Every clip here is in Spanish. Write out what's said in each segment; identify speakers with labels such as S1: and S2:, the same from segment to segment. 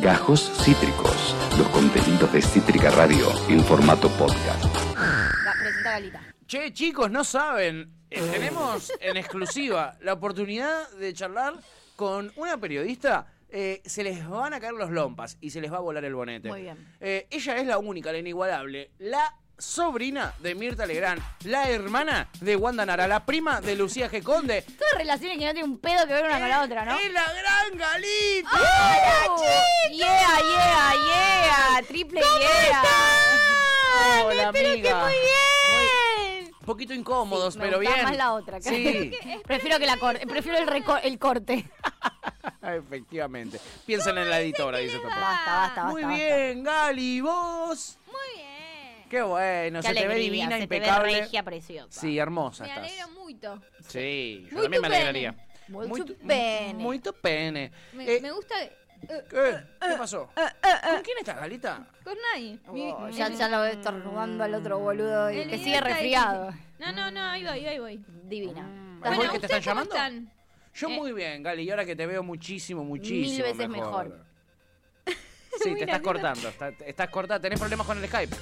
S1: Gajos Cítricos. Los contenidos de Cítrica Radio en formato podcast.
S2: Ga- Presenta Galita.
S3: Che, chicos, no saben. eh, tenemos en exclusiva la oportunidad de charlar con una periodista. eh, se les van a caer los lompas y se les va a volar el bonete.
S2: Muy bien.
S3: Eh, ella es la única, la inigualable, la sobrina de Mirta Legrand, la hermana de Wanda Nara, la prima de Lucía G. Conde.
S2: Todas relaciones que no tienen un pedo que ver una con la otra, Ah, ¿no?
S3: ¡Es la gran Galita!
S2: ¡Hola, chicos! ¡Yeah, yeah, yeah! ¡Triple yeah!
S3: Hola,
S2: ¡Espero que
S3: amiga.
S2: muy bien!
S3: Un poquito incómodos,
S2: Sí,
S3: pero
S2: me gusta
S3: bien.
S2: más la otra. creo
S3: Sí,
S2: que- Prefiero, que la cor- prefiero el, reco- el corte.
S3: efectivamente. Piensen en la editora, dice tu papá.
S2: Basta, basta, basta.
S3: Muy
S2: basta.
S3: bien, Gali, vos.
S4: Muy bien.
S3: Qué bueno,
S2: Qué
S3: se te ve
S2: alegría,
S3: divina,
S2: se
S3: impecable.
S2: Te ve regia, preciosa.
S3: sí, hermosa
S4: Me
S3: estás.
S4: alegro mucho.
S3: Sí, yo
S4: Muy
S3: también me
S4: tu pene.
S3: alegraría.
S2: Muy
S3: Muy
S2: tu
S3: tu-
S2: pene.
S3: Muy tu pene.
S4: Me,
S3: Eh,
S4: me gusta eh,
S3: ¿Qué? ¿Qué pasó?
S2: Eh,
S3: ¿Con quién estás, Galita?
S4: con nadie. Mi-
S2: Oh,
S4: mi-
S2: ya, ya lo veo estornudando al otro boludo y
S4: el
S2: que
S4: video
S2: sigue
S4: está
S2: resfriado.
S4: difícil. No, no, no, ahí voy, ahí voy.
S2: Divina.
S3: ¿Vos
S4: Bueno,
S3: que te
S4: ¿ustedes
S3: están llamando?
S4: cómo están?
S3: Yo
S4: Eh.
S3: muy bien, Gali, y ahora que te veo muchísimo, muchísimo.
S2: Mil veces mejor.
S3: Sí, te estás cortando, está- estás cortada, tenés problemas con el Skype.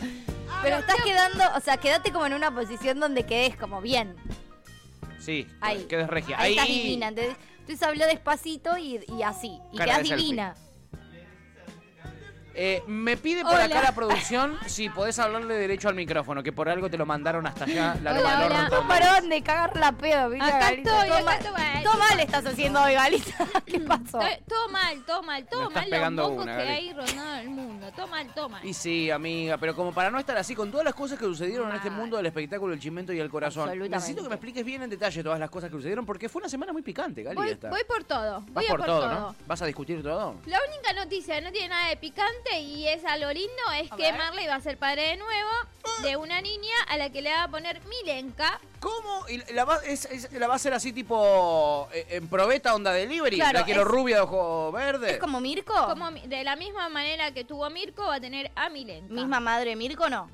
S2: Pero estás quedando, o sea, quedate como en una posición donde quedes como bien.
S3: Sí,
S2: Ahí.
S3: quedas regia.
S2: Ahí, estás divina, ¿entendés? Entonces habló despacito y, y así. Y
S3: Cara de
S2: quedás
S3: selfie.
S2: divina.
S3: Eh, me pide por acá
S4: Hola.
S3: la producción si podés hablarle derecho al micrófono, que por algo te lo mandaron hasta allá. La
S4: Hola,
S3: loma del horno
S4: hola.
S3: está
S2: Un varón de cagar la pedo, ¿viste?
S4: Acá
S2: Galita?
S4: estoy,
S2: todo
S4: acá
S2: mal,
S4: estoy. Mm.
S2: todo mal estás haciendo hoy, Galita. ¿Qué pasó?
S4: To- Todo mal, todo mal,
S3: Me
S4: todo
S3: estás
S4: mal
S3: pegando
S4: los mocos
S3: una,
S4: que
S3: Gali.
S4: hay rondando el mundo. Todo mal, todo mal.
S3: Y sí, amiga, pero como para no estar así con todas las cosas que sucedieron en
S4: Ah.
S3: este
S2: Mal.
S3: mundo del espectáculo, el chimento y el corazón,
S2: Absolutamente.
S3: necesito que me expliques bien en detalle todas las cosas que sucedieron porque fue una semana muy picante, Gali.
S4: Voy,
S3: esta.
S4: voy por todo, voy
S3: Vas
S4: a por todo.
S3: ¿no? Vas a discutir todo.
S4: La única noticia que no tiene nada de picante y es algo lindo es
S2: A
S4: que
S2: ver.
S4: Marley va a ser padre de nuevo de una niña a la que le va a poner Milenka.
S3: ¿Cómo? ¿Y la, va, es- es- la va a hacer así tipo eh, en probeta onda delivery?
S2: Claro,
S3: ¿La quiero
S2: es-
S3: rubia de ojo verde?
S2: ¿Es como Mirko?
S4: Como mi- de la misma manera que tuvo Mirko, va a tener a Milenka.
S2: ¿Misma madre de Mirko no?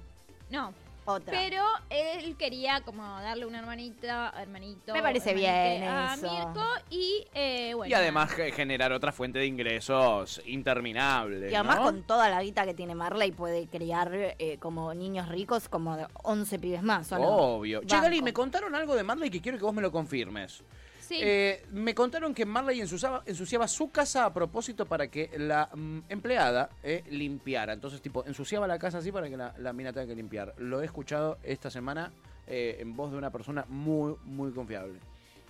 S4: No.
S2: Otra.
S4: Pero él quería como darle una hermanita, hermanito.
S2: Me parece
S4: hermanite
S2: bien
S4: A
S2: eso.
S4: Mirko y eh, bueno.
S3: y además ge- generar otra fuente de ingresos interminable.
S2: y además
S3: ¿no?
S2: con toda la guita que tiene Marley puede criar eh, como niños ricos como de 11 pibes más, ¿o no?
S3: Obvio. Che, Gali,
S2: Banco.
S3: me contaron algo de Marley que quiero que vos me lo confirmes.
S4: Sí.
S3: Eh, me contaron que Marley ensuciaba, ensuciaba su casa a propósito para que la mm, empleada eh, limpiara. Entonces, tipo, ensuciaba la casa así para que la, la mina tenga que limpiar. Lo he escuchado esta semana eh, en voz de una persona muy, muy confiable.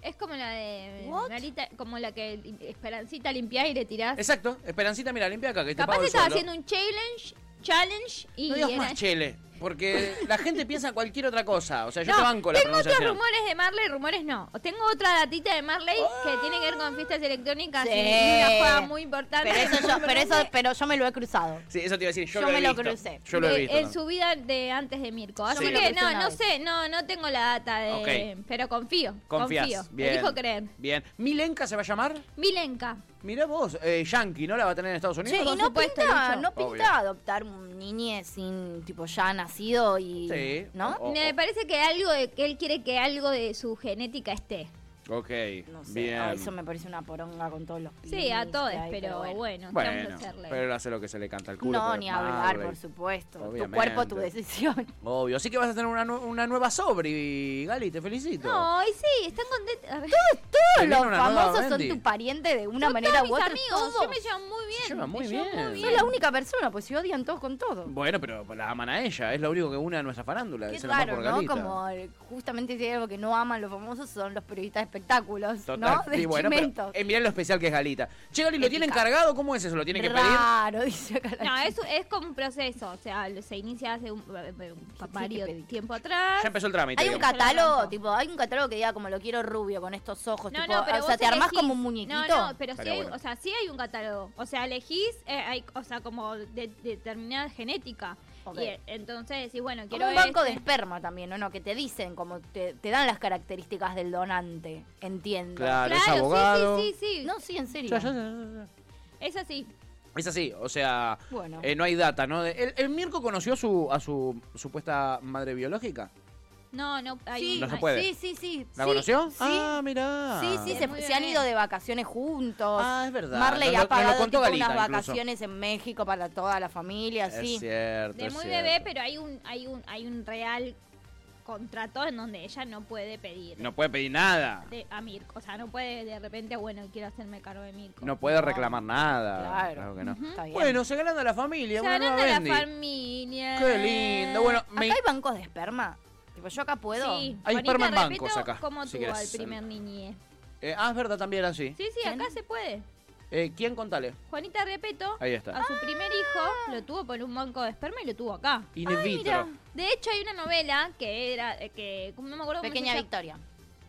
S4: Es como la de.
S2: What?
S4: Marita- como la que lim- Esperancita limpiás y le tirás.
S3: Exacto. Esperancita, mira, limpia acá, que te
S4: Capaz
S3: pago el
S4: estaba
S3: sueldo.
S4: haciendo eh. un challenge. Challenge y.
S3: No digas
S4: era-
S3: más chele, porque la gente piensa cualquier otra cosa. O sea, yo
S4: No,
S3: te banco la
S4: tengo otros
S3: pronunciación.
S4: rumores de Marley, rumores no. Tengo otra datita de Marley que tiene que ver con fiestas electrónicas
S2: Sí.
S4: y una jugada muy importante.
S2: Pero eso yo, pero eso, pero yo me lo he cruzado.
S3: Sí, eso te iba a decir. Yo,
S2: Yo
S3: lo he
S2: me lo
S3: visto.
S2: crucé.
S3: Yo lo he
S4: de-
S3: visto.
S4: En
S3: también.
S4: su vida de antes de Mirko. Así
S3: me lo
S4: que
S2: crucé
S4: no,
S2: una
S4: no
S2: vez.
S4: sé, no, no tengo la data de.
S3: Ok.
S4: Pero confío.
S3: Confías.
S4: Confío.
S3: Bien.
S4: Elijo creer.
S3: Bien. ¿Milenka se va a llamar?
S4: Milenka.
S3: Mirá vos, eh, Yankee, ¿no la va a tener en Estados Unidos?
S2: Che, y
S4: por
S2: no
S4: supuesto,
S2: pinta,
S4: Lucho.
S2: no pinta
S3: Obvio.
S2: adoptar un niñe sin, tipo, ya nacido y...
S3: Sí.
S2: ¿No?
S3: Oh,
S4: Me
S3: oh.
S4: parece que algo de, que él quiere que algo de su genética esté.
S3: Ok,
S2: No sé,
S3: bien.
S2: ah, eso me parece una poronga con todos los
S4: Sí, a
S2: pibes
S4: todos,
S2: que hay,
S4: pero bueno,
S3: Bueno,
S4: estamos a hacerle.
S3: pero él hace lo que se le canta al culo. pues,
S2: No,
S3: porque
S2: ni
S3: es
S2: hablar,
S3: Marley.
S2: por supuesto.
S3: Obviamente.
S2: Tu cuerpo, tu decisión.
S3: Obvio, así que vas a tener una, nu- una nueva sobri, Gali, te felicito.
S4: No, y sí, están contentos. A ver,
S2: Todos
S3: Se viene
S2: los
S3: una nueva
S2: famosos son
S3: Bendy.
S2: tu pariente de una
S4: son
S2: manera
S4: todos
S2: u otra.
S4: mis amigos,
S2: todos.
S4: yo me llevo muy bien.
S3: Se llevan muy
S4: me llevo
S3: bien.
S4: muy
S2: Soy la única persona, pues se odian todos con todo.
S3: Bueno, pero la aman a ella, es lo único que une a nuestra farándula.
S2: Qué
S3: es el amor
S2: raro,
S3: por
S2: ¿no?
S3: Galita.
S2: Como el- justamente si hay algo que no aman los famosos son los periodistas de espectáculos, ¿no? De
S3: y bueno, pero,
S2: chimentos.
S3: eh, mirá lo especial que es Galita. Che, Gali, ¿lo
S2: Épica.
S3: tienen cargado? ¿Cómo es eso? ¿Lo tienen que pedir?
S2: Raro, dice acá la
S4: No,
S2: chica.
S4: es, es como un proceso, o sea, lo- se inicia hace un, eh,
S2: que
S4: varios
S2: pedir.
S4: tiempo atrás.
S3: Ya empezó el trámite.
S2: Hay un
S3: digamos.
S4: digamos.
S2: catálogo,
S4: Arranco.
S2: tipo, hay un catálogo que diga como lo quiero rubio con estos ojos,
S4: No,
S2: tipo,
S4: no, pero
S2: o sea,
S4: vos
S2: te armás
S4: elegís-
S2: como un muñequito.
S4: No, no, pero sí
S3: Estaría
S4: hay,
S3: bueno.
S4: o sea, sí hay un catálogo. O sea, elegís, eh, hay, o sea, como de, determinada genética.
S2: Ok.
S4: Y, eh, entonces decís, bueno,
S2: Como
S4: quiero
S2: un banco de
S4: este.
S2: esperma también, ¿o no? Que te dicen, como te, te dan las características del donante, entiendo.
S3: Claro, es
S4: Claro, sí,
S3: abogado.
S4: sí, sí, sí.
S2: No, sí, en serio.
S3: Ya, ya, ya, ya, ya.
S4: Es así.
S3: Es así, o sea,
S2: Bueno.
S3: eh, no hay data, ¿no? De- ¿El, el Mirko conoció a su, a su supuesta madre biológica?
S4: No, no, hay
S2: sí,
S4: un-
S3: No se
S4: hay-
S3: puede.
S2: Sí, sí, sí.
S3: ¿La
S2: sí,
S3: conoció?
S2: Sí.
S3: Ah, mirá.
S2: Sí, sí, se,
S4: Muy
S2: se han
S4: bien.
S2: ido de vacaciones juntos.
S3: Ah, es verdad.
S2: Marley
S3: Nos lo-
S2: ha pagado
S3: nos lo contó
S2: tipo,
S3: Galita
S2: unas
S3: incluso.
S2: vacaciones en México para toda la familia, sí.
S3: Es cierto.
S4: De
S3: es
S4: muy
S3: cierto.
S4: bebé, pero hay un, hay un, hay un real contrato en donde ella no puede pedir
S3: No puede pedir nada.
S4: de- a Mirko. O sea, no puede de repente, bueno, quiero hacerme cargo de Mirko.
S3: No puede
S2: No.
S3: reclamar nada.
S2: Claro.
S3: que no.
S2: Está bien.
S3: Bueno, se agranda la familia.
S4: Se
S3: una
S4: agranda
S3: nueva Bendy.
S4: la familia.
S3: Qué lindo. Bueno, me-
S2: ¿Acá hay bancos de esperma? Tipo, yo acá puedo.
S4: Sí,
S3: Hay
S4: Juanita,
S3: esperma en
S4: respeto
S3: bancos acá,
S4: Como
S3: si
S4: tuvo
S3: querés.
S4: al primer niñez.
S3: Eh, ah, es verdad también así.
S4: Sí, sí, acá se puede.
S3: Eh, ¿Quién contale?
S4: Juanita Repeto,
S3: Ahí está.
S2: Ah,
S4: a su primer hijo, lo tuvo por un banco de esperma y lo tuvo acá.
S3: In
S2: ah,
S3: vitro.
S4: De hecho, hay una novela que era, eh, que no me acuerdo cómo
S2: Pequeña
S4: se llama.
S2: victoria.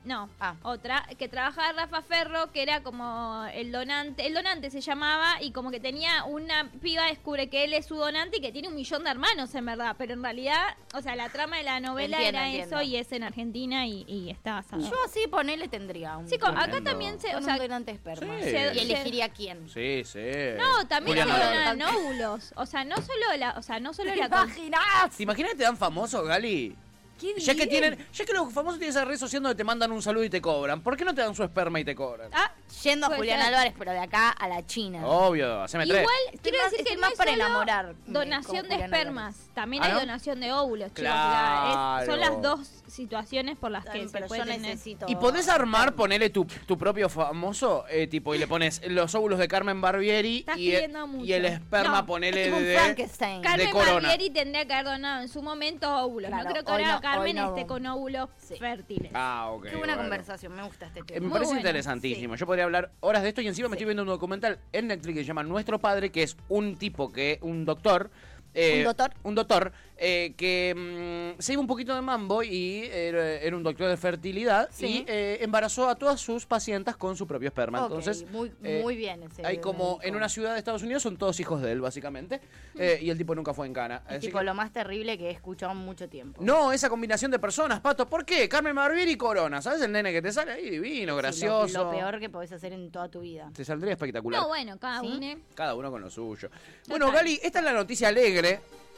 S4: No,
S2: Ah.
S4: otra, que trabajaba Rafa Ferro, que era como el donante, el donante se llamaba, y como que tenía una piba, descubre que él es su donante y que tiene un millón de hermanos, en verdad, pero en realidad, o sea, la trama de la novela
S2: Entiendo,
S4: era
S2: entiendo.
S4: eso y es en Argentina y, y está basado.
S2: Yo así ponele tendría un.
S4: Sí, co- acá
S3: Tremendo.
S4: también se,
S2: Ah. con
S4: o
S2: un
S4: sea,
S2: donante esperma.
S3: Sí.
S2: Y
S4: se-
S2: elegiría quién.
S3: Sí, sí.
S4: no, también se
S3: Julián Álvarez.
S4: donan óvulos, o sea, no solo la, o sea, no solo
S2: ¿Te
S4: la con-
S2: imaginas?
S3: ¿Te imaginas que te dan famosos, Gali?
S2: ¿Qué
S3: Ya que
S2: bien?
S3: tienen, ya que los famosos tienen esa red social donde te mandan un saludo y te cobran, ¿por qué no te dan su esperma y te cobran?
S4: Ah,
S2: Yendo a
S4: Puede
S2: Julián
S4: ser.
S2: Álvarez, pero de acá a la China.
S3: Obvio, haceme tres.
S4: Igual
S2: Estoy
S4: quiero
S2: más-
S4: decir que
S2: estoy
S4: no
S2: más
S4: es
S2: para
S4: solo
S2: enamorarme con
S4: donación de
S2: Julián Álvarez.
S4: espermas, también
S3: ¿Ah,
S4: hay
S3: no?
S4: donación de óvulos, chicos. o sea, es-
S3: Claro.
S4: son las dos situaciones por las
S2: Está
S4: que
S2: bien,
S4: se
S2: pero
S4: puede
S2: yo
S4: tener.
S2: necesito.
S3: Y podés armar, ponele tu, tu propio famoso, eh, tipo, y le pones los óvulos de Carmen Barbieri
S4: Estás
S3: y el,
S4: pidiendo mucho.
S3: y el esperma,
S4: No,
S3: ponele
S2: Es como un
S3: de.
S2: Frankenstein.
S4: Carmen
S3: corona.
S4: Barbieri tendría que haber donado en su momento óvulos.
S2: Claro,
S4: no creo que
S2: hoy
S4: ahora
S2: no, hoy
S4: Carmen
S2: no.
S4: esté con óvulos
S2: Sí.
S4: fértiles.
S3: Ah, ok.
S2: Qué buena
S3: bueno.
S2: conversación, me gusta este
S3: Eh,
S2: tema.
S3: Me
S4: Muy
S3: parece
S4: bueno,
S3: interesantísimo. Yo podría hablar horas de esto y encima me estoy viendo un documental en Netflix que se llama Nuestro Padre, que es un tipo que, un doctor. eh,
S2: ¿Un doctor?
S3: Un doctor eh, que mm, se iba un poquito de mambo y era, era un doctor de fertilidad
S2: Sí.
S3: y eh, embarazó a todas sus pacientas con su propio esperma.
S2: Ok,
S3: Entonces,
S2: muy,
S3: eh,
S2: muy bien ese.
S3: hay como
S2: médico.
S3: en una ciudad de Estados Unidos son todos hijos de él, básicamente. eh, y el tipo nunca fue en cana.
S2: Es
S3: Así
S2: tipo
S3: que-
S2: lo más terrible que he escuchado en mucho tiempo.
S3: No, esa combinación de personas, pato. ¿Por qué? Carmen Barbieri y Corona. ¿Sabes el nene que te sale ahí? Divino,
S2: Sí, lo-
S3: gracioso.
S2: Lo, peor que podés hacer en toda tu vida.
S3: Te saldría espectacular.
S4: No, bueno, cada
S2: Sí.
S4: uno.
S3: Cada uno con lo suyo. Bueno,
S4: está.
S3: Gali, esta es la noticia alegre.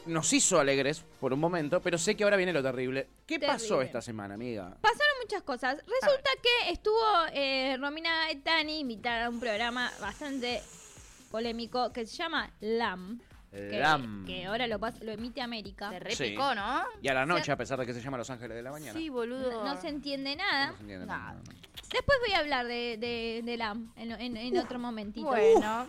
S3: Nos hizo alegres por un momento, pero sé que ahora viene lo terrible. ¿Qué
S4: Terrible.
S3: pasó esta semana, amiga?
S4: Pasaron muchas cosas. Resulta que estuvo eh, Romina Gaetani invitada a un programa bastante polémico que se llama LAM. Que,
S3: LAM.
S4: que ahora lo, pas- lo emite América.
S2: Te
S3: Sí.
S2: repicó, ¿no?
S3: Y a la noche, a pesar de que se llama Los Ángeles de la Mañana.
S2: Sí, boludo.
S4: No, no se entiende nada.
S3: No se entiende,
S2: Nada.
S3: no, no, no.
S4: Después voy a hablar de, de, de LAM en, en- en otro momentito.
S2: Bueno.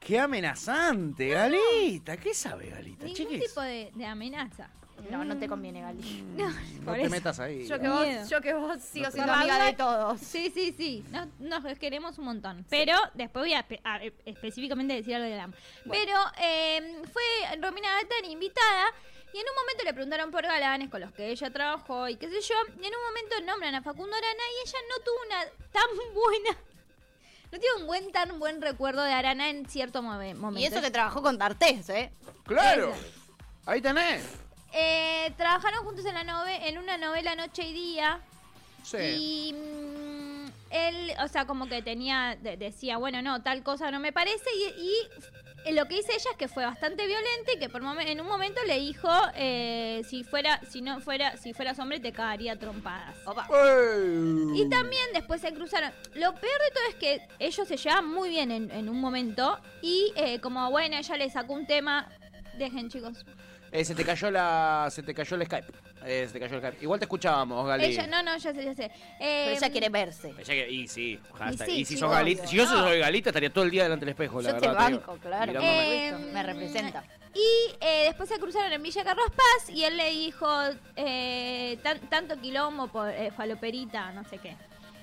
S3: ¡Qué amenazante, Galita! ¿Qué sabe Galita,
S4: Ningún
S3: chiquis?
S4: tipo de, de amenaza.
S2: No, no te conviene, Gali.
S4: No,
S3: Mm, No
S4: por
S3: te
S4: eso.
S3: metas ahí.
S2: Yo que
S3: Gali.
S4: Miedo.
S2: vos, yo que vos sigo
S3: No te-
S2: siendo amiga de todos.
S4: Sí, sí, sí. Nos, nos queremos un montón. Pero después voy a, espe- a- eh, específicamente decir algo de LAM. Pero eh, fue Romina Gatani invitada. Y en un momento le preguntaron por galanes con los que ella trabajó y qué sé yo. Y en un momento nombran a Facundo Arana y ella no tuvo una tan buena. No tiene un buen tan buen recuerdo de Arana en cierto mome- momento.
S2: Y eso que trabajó con Tartés, ¿eh?
S3: ¡Claro!
S4: Esa.
S3: Ahí tenés.
S4: Eh, trabajaron juntos en la nove- en una novela Noche y Día.
S3: Sí.
S4: Y mm, él, o sea, como que tenía, de- decía, bueno, no, tal cosa no me parece. Y, y lo que dice ella es que fue bastante violenta y que por momen- en un momento le dijo, eh, si fuera, si no fuera, si fueras hombre te cagaría a trompadas.
S2: Opa.
S3: ¡Ey!
S4: Y también después se cruzaron. Lo peor de todo es que ellos se llevaban muy bien en, en un momento. Y eh, como, bueno, ella le sacó un tema. Dejen, chicos.
S3: Eh, se te cayó la. Se te cayó el Skype. Eh, se te cayó el Skype. Igual te escuchábamos, Gali.
S4: Ella, no, no, ya sé, ya sé. Eh,
S2: Pero ella quiere verse.
S3: Pensé que- y sí, hashtag.
S4: Y sí,
S3: Y si
S4: sí,
S3: sos
S4: obvio.
S3: galita, si yo
S4: No.
S3: soy galita estaría todo el día delante del espejo, la
S2: Yo te
S3: verdad. digo.
S2: banco, claro.
S3: Mirándome.
S2: Eh, Listo, me representa.
S4: Y eh, después se cruzaron en Villa Carlos Paz y él le dijo eh, tan- tanto quilombo por eh, faloperita, no sé qué.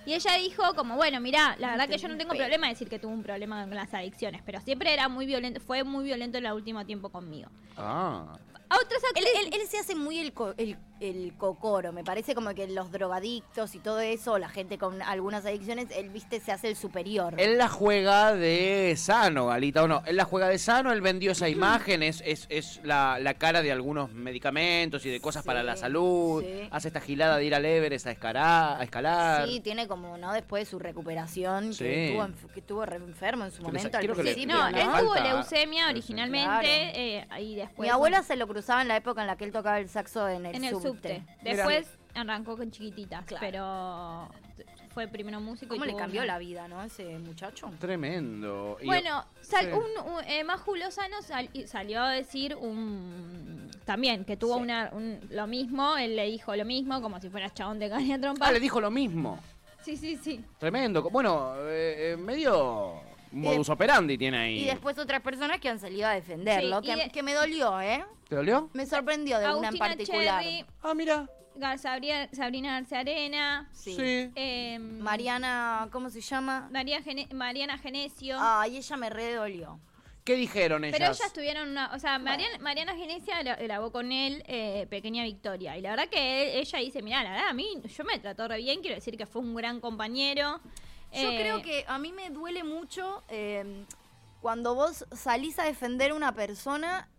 S4: Y ella dijo como, bueno, mirá, la verdad que yo no tengo problema de decir que tuve un problema con las adicciones, pero siempre era muy violento, fue muy violento en el último tiempo conmigo.
S3: Ah.
S4: A otras
S2: Él,
S4: actrices-
S2: él- él se hace muy el, co- el, el cocoro, me parece como que los drogadictos y todo eso, la gente con algunas adicciones, él, viste, se hace el superior.
S3: Él la juega de sano, Galita, ¿o no? Él la juega de sano, él vendió esa imagen, es, es, es la, la cara de algunos medicamentos y de cosas
S2: Sí,
S3: para la salud.
S2: sí.
S3: Hace esta gilada de ir al Everest a, escalar, a escalar.
S2: Sí, tiene como, ¿no? Después de su recuperación,
S3: Sí.
S2: que, estuvo, enf- que estuvo re enfermo en su
S3: Que le sa-
S2: momento. al
S3: quiero que le-
S4: Sí,
S2: principio,
S4: no,
S3: le
S4: él
S3: falta-
S4: tuvo leucemia
S3: Sí, sí.
S4: originalmente
S2: Claro.
S4: eh, y después...
S2: Mi abuela se lo cruzó cruzaba en la época en la que él tocaba el saxo en el,
S4: en el
S2: subte.
S4: subte. Después arrancó con chiquititas, pero fue primero músico
S2: ¿Cómo
S4: y
S2: le
S4: tuvo
S2: cambió
S4: una-
S2: la vida, no? Ese muchacho.
S3: Tremendo. Y-
S4: Bueno, sal,
S3: Sí.
S4: un, un- eh, Maju Lozano sal- y salió a decir un también que tuvo
S2: Sí.
S4: una un- lo mismo, él le dijo lo mismo como si fuera chabón de caña trompa.
S3: Ah, le dijo lo mismo.
S4: Sí, sí, sí.
S3: Tremendo. Bueno, eh, eh, medio modus
S2: de-
S3: operandi tiene
S2: Eh. Y
S3: ahí.
S2: después otras personas que han salido a defenderlo,
S4: Sí, y
S2: que,
S4: de-
S2: que me dolió, ¿eh?
S3: ¿Te dolió?
S2: Me sorprendió de una en
S4: Agustina
S2: particular.
S4: Cherry,
S3: Ah, mira.
S4: Gar- Sabri- Sabrina García Arena,
S2: Sí.
S3: Sí.
S4: eh,
S2: Mariana, ¿cómo se llama?
S4: María Gene- Mariana Genesio.
S2: Ay, ella me redolió.
S3: ¿Qué dijeron ellas?
S4: Pero ellas tuvieron una. O sea, Mariana, Mariana Genesia gra- grabó con él eh, Pequeña Victoria. Y la verdad que él- ella dice: Mirá, la verdad, a mí yo me trató re bien. Quiero decir que fue un gran compañero.
S2: Yo
S4: Eh,
S2: creo que a mí me duele mucho eh, cuando vos salís a defender a una persona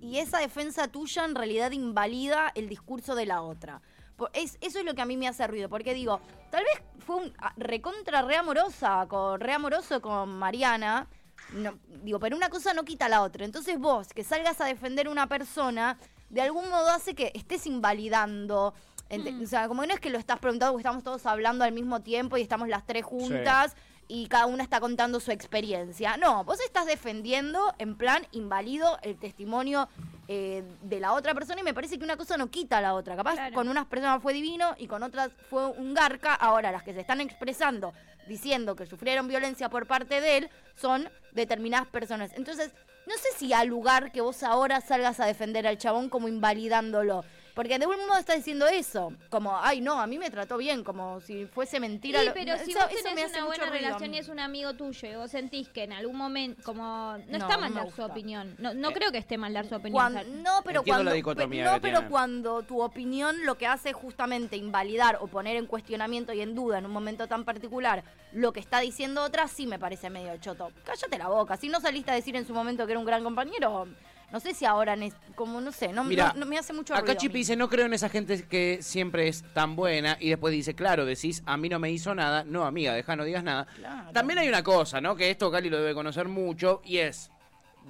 S2: y esa defensa tuya en realidad invalida el discurso de la otra. Po- Es, eso es lo que a mí me hace ruido, porque digo, tal vez fue un ah, recontra re amorosa, con, re amoroso con Mariana. No, digo, pero una cosa no quita la otra. Entonces vos, que salgas a defender a una persona, de algún modo hace que estés invalidando. Ente- O sea, como que no es que lo estás preguntando porque estamos todos hablando al mismo tiempo y estamos las tres juntas y cada una está contando su experiencia. No, vos estás defendiendo en plan inválido el testimonio eh, de la otra persona y me parece que una cosa no quita a la otra. Capaz
S4: Claro.
S2: con unas personas fue divino y con otras fue un garca. Ahora, las que se están expresando diciendo que sufrieron violencia por parte de él son determinadas personas. Entonces, no sé si al lugar que vos ahora salgas a defender al chabón como invalidándolo. Porque de algún modo está diciendo eso, como, ay no, a mí me trató bien, como si fuese mentira.
S4: Sí,
S2: lo-
S4: pero
S2: no,
S4: si
S2: eso-
S4: vos
S2: eso me
S4: tenés
S2: hace
S4: una
S2: mucho
S4: buena
S2: ruido a
S4: relación
S2: mí.
S4: y es un amigo tuyo y vos sentís que en algún momento, como. No,
S2: No,
S4: está
S2: no
S4: mal
S2: me
S4: dar su
S2: gusta.
S4: opinión. No, no
S3: Eh,
S4: creo que esté mal dar su opinión.
S2: Cuan-
S4: o sea,
S2: no, pero
S3: Entiendo la
S2: cuando,
S3: dicotomía
S2: pe-
S3: que
S2: no, pero
S3: tienen.
S2: cuando tu opinión lo que hace es justamente invalidar o poner en cuestionamiento y en duda en un momento tan particular lo que está diciendo otra, sí me parece medio choto. Cállate la boca. Si no saliste a decir en su momento que era un gran compañero, no sé si ahora, en es- como no sé, no,
S3: Mira,
S2: no- no me hace mucho ruido.
S3: Acá
S2: a mí.
S3: Chipi dice, no creo en esa gente que siempre es tan buena. Y después dice, claro, decís, a mí no me hizo nada. No, amiga, deja, no digas nada.
S2: Claro.
S3: También hay una cosa, ¿no? Que esto Cali lo debe conocer mucho. Y es,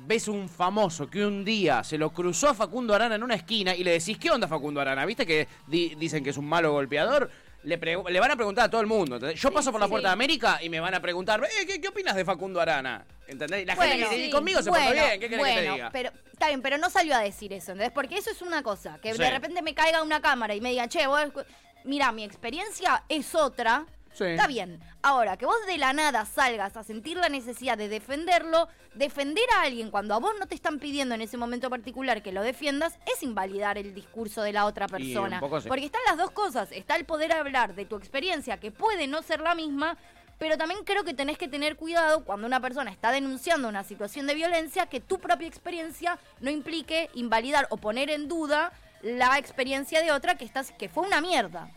S3: ves un famoso que un día se lo cruzó a Facundo Arana en una esquina y le decís, ¿qué onda Facundo Arana? ¿Viste que di- dicen que es un malo golpeador? Le, pregu- le van a preguntar a todo el mundo. ¿entendés? Yo paso por la
S4: sí.
S3: Puerta de América y me van a preguntar, "Eh, ¿qué, qué opinas de Facundo Arana? ¿Entendés? La gente
S2: Bueno,
S3: que-
S4: sí.
S3: conmigo se portó bien, ¿qué querés que te
S2: bueno,
S3: diga?
S2: Pero, está bien, pero no salió a decir eso, ¿entendés? Porque eso es una cosa, que
S3: Sí.
S2: de repente me caiga una cámara y me digan, che, vos, escu- mira, mi experiencia es otra.
S3: Sí.
S2: Está bien. Ahora, que vos de la nada salgas a sentir la necesidad de defenderlo, defender a alguien cuando a vos no te están pidiendo en ese momento particular que lo defiendas, es invalidar el discurso de la otra
S3: Y un
S2: persona.
S3: poco sí.
S2: Porque están las dos cosas. Está el poder hablar de tu experiencia, que puede no ser la misma, pero también creo que tenés que tener cuidado cuando una persona está denunciando una situación de violencia, que tu propia experiencia no implique invalidar o poner en duda la experiencia de otra que, estás, que fue una mierda.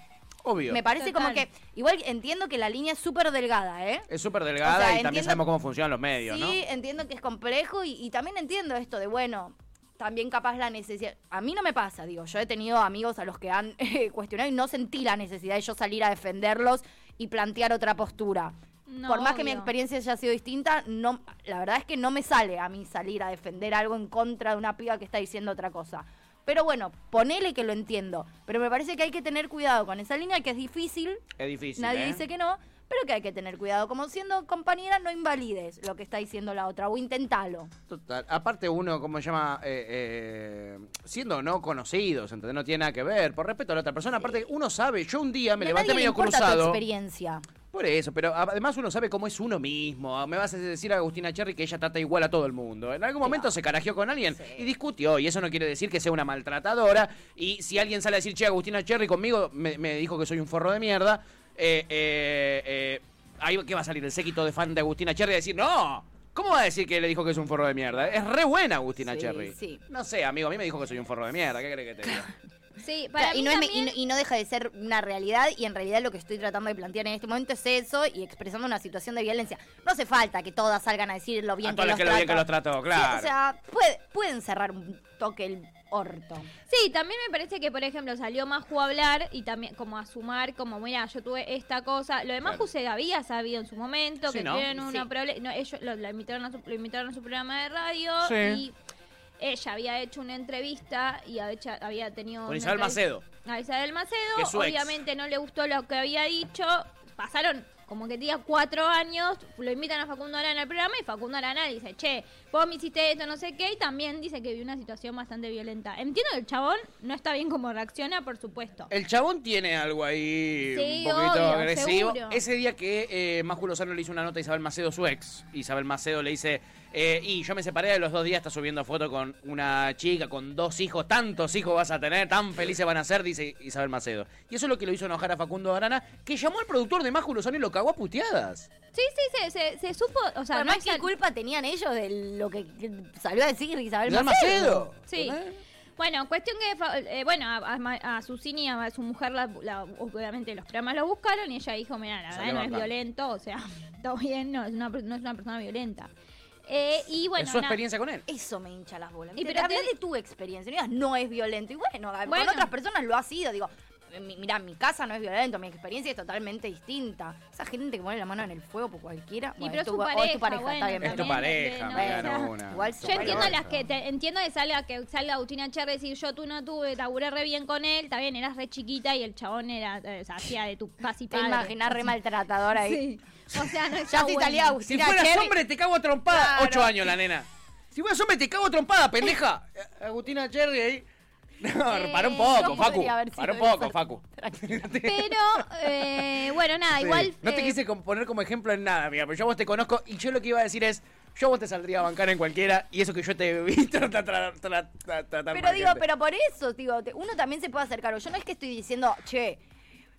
S3: Obvio.
S2: Me parece como
S4: Total.
S2: que. Igual entiendo que la línea es súper delgada, ¿eh?
S3: Es súper delgada
S2: O sea,
S3: y también
S2: entiendo-
S3: sabemos cómo funcionan los medios,
S2: sí,
S3: ¿no?
S2: entiendo que es complejo y, y también entiendo esto de, bueno, también capaz la necesidad. A mí no me pasa, digo, yo he tenido amigos a los que han eh, cuestionado y no sentí la necesidad de yo salir a defenderlos y plantear otra postura.
S4: No,
S2: Por más que mi
S4: obvio.
S2: experiencia haya sido distinta, no, la verdad es que no me sale a mí salir a defender algo en contra de una piba que está diciendo otra cosa. Pero bueno, ponele que lo entiendo. Pero me parece que hay que tener cuidado con esa línea que es difícil
S3: Es difícil.
S2: Nadie
S3: ¿eh?
S2: dice que no, pero que hay que tener cuidado. Como siendo compañera, no invalides lo que está diciendo la otra o intentalo.
S3: Total. Aparte uno, ¿cómo se llama? Eh, eh, siendo o no conocidos, ¿entendés? No tiene nada que ver. Por respeto a la otra persona, aparte uno sabe, yo un día me
S2: No,
S3: levanté
S2: nadie le
S3: medio
S2: importa tu
S3: cruzado.
S2: experiencia.
S3: Por eso, pero a- además uno sabe cómo es uno mismo. Ah, Me vas a decir a Agustina Cherry que ella trata igual a todo el mundo. En algún momento se carajeó con alguien y discutió, y eso no quiere decir que sea una maltratadora. Y si alguien sale a decir, che, Agustina Cherry conmigo me, me dijo que soy un forro de mierda, eh, eh, eh, ahí que va a salir el séquito de fan de Agustina Cherry a decir, no. ¿Cómo va a decir que le dijo que es un forro de mierda? Es re buena Agustina
S2: Sí,
S3: Cherry.
S2: sí.
S3: No sé, amigo, a mí me dijo que soy un forro de mierda. ¿Qué crees que te diga?
S4: Sí, para
S2: Claro, y,
S4: mí
S2: no es me- y
S4: también-
S2: no- y no deja de ser una realidad y en realidad lo que estoy tratando de plantear en este momento es eso y expresando una situación de violencia. No hace falta que todas salgan a decir lo bien,
S3: A
S2: que,
S3: todas
S2: los
S3: las que lo bien
S2: trato.
S3: que los trato,
S2: Sí,
S3: claro.
S2: o sea, puede- pueden cerrar un toque el orto.
S4: Sí, también me parece que, por ejemplo, salió Maju a hablar y también como a sumar, como, mira, yo tuve esta cosa. Lo de Maju
S3: Claro.
S4: se había sabido en su momento,
S3: Sí,
S4: que
S3: ¿no?
S4: tienen una
S2: Sí.
S4: proble- no, ellos lo, la invitaron a su, lo invitaron a su programa de radio
S3: Sí.
S4: y ella había hecho una entrevista y había, hecho- había tenido...
S3: Con
S4: una
S3: Isabel
S4: entrevista-
S3: Macedo.
S4: A Isabel Macedo,
S3: Que es su ex.
S4: obviamente no le gustó lo que había dicho, pasaron como que diga cuatro años, lo invitan a Facundo Arana al programa y Facundo Arana dice, che, vos me hiciste esto, no sé qué, y también dice que vi una situación bastante violenta. Entiendo que el chabón no está bien como reacciona, por supuesto.
S3: El chabón tiene algo ahí
S4: Sí,
S3: un poquito
S4: obvio,
S3: agresivo.
S4: seguro.
S3: Ese día que eh, Más Lozano le hizo una nota a Isabel Macedo, su ex, Isabel Macedo le dice, eh, y yo me separé de los dos días, está subiendo foto con una chica, con dos hijos, tantos hijos vas a tener, tan felices van a ser, dice Isabel Macedo. Y eso es lo que lo hizo enojar a Facundo Arana, que llamó al productor de Más Lozano y lo cagó a puteadas.
S4: Sí, sí, se, se, se supo, o sea,
S2: Además,
S4: no es
S2: ¿qué
S4: al-
S2: culpa tenían ellos de lo que que salió a decir Isabel
S3: Isabel
S2: Macedo?
S3: Macedo.
S4: Sí.
S3: ¿Eh?
S4: Bueno, cuestión que, fa- eh, bueno, a, a Ma- a Susini, a su mujer, la, la- obviamente los programas lo buscaron y ella dijo, mira, la
S3: Salió
S4: verdad no es
S3: bacán".
S4: violento, o sea, todo bien, no es una, per- no es una persona violenta. Eh, y bueno,
S3: es su
S4: na-
S3: experiencia con él.
S2: Eso me hincha las bolas.
S4: Y
S2: ¿viste?
S4: pero
S2: Habla
S4: te-
S2: de tu experiencia, no digas, no es violento. Y bueno, con
S4: Bueno.
S2: otras personas lo ha sido. Digo, mi- mirá, mi casa no es violento, mi experiencia es totalmente distinta. Esa gente que pone la mano en el fuego por cualquiera.
S4: Y
S2: bueno,
S4: pero
S2: es
S4: es su
S2: pa- o es tu pareja,
S4: pareja,
S2: está bien.
S4: bueno,
S3: Es tu
S2: pero-
S4: también,
S3: pareja,
S4: no,
S3: me
S4: o sea,
S3: ganó una.
S2: igual su
S4: Yo entiendo
S2: pareja.
S4: las que te- entiendo que salga que salga Agustina Cherry y decir, yo tú no tuve, laburé re bien con él, está bien, eras re chiquita y el chabón era eh, o sea, hacía de tu casi
S2: Te
S4: padre.
S2: imaginas re maltratadora ahí.
S4: Sí. O sea, no
S2: Ya
S4: está
S2: si
S4: bueno.
S2: salía
S3: Si
S2: Agustina
S3: fueras
S2: Cherry-
S3: hombre, te cago a trompada.
S2: Claro.
S3: Ocho años la nena. Si fueras hombre, te cago a trompada, pendeja. Eh, Agustina Cherry ahí. No,
S4: Eh,
S3: para un
S2: yo
S3: poco, Facu.
S2: podría haber sido Ah,
S3: Para un poco,
S2: esa.
S3: Facu.
S4: Pero, eh, bueno, nada,
S3: Sí.
S4: igual.
S3: No te
S4: eh,
S3: quise com- poner como ejemplo en nada, amiga, pero yo a vos te conozco y yo lo que iba a decir es. Yo a vos te saldría a bancar en cualquiera y eso que yo te vi tratar tra, tra- tra- tratar
S2: Pero
S3: mal,
S2: digo,
S3: gente.
S2: pero por eso, digo, te- uno también se puede acercar. Yo no es que estoy diciendo, che,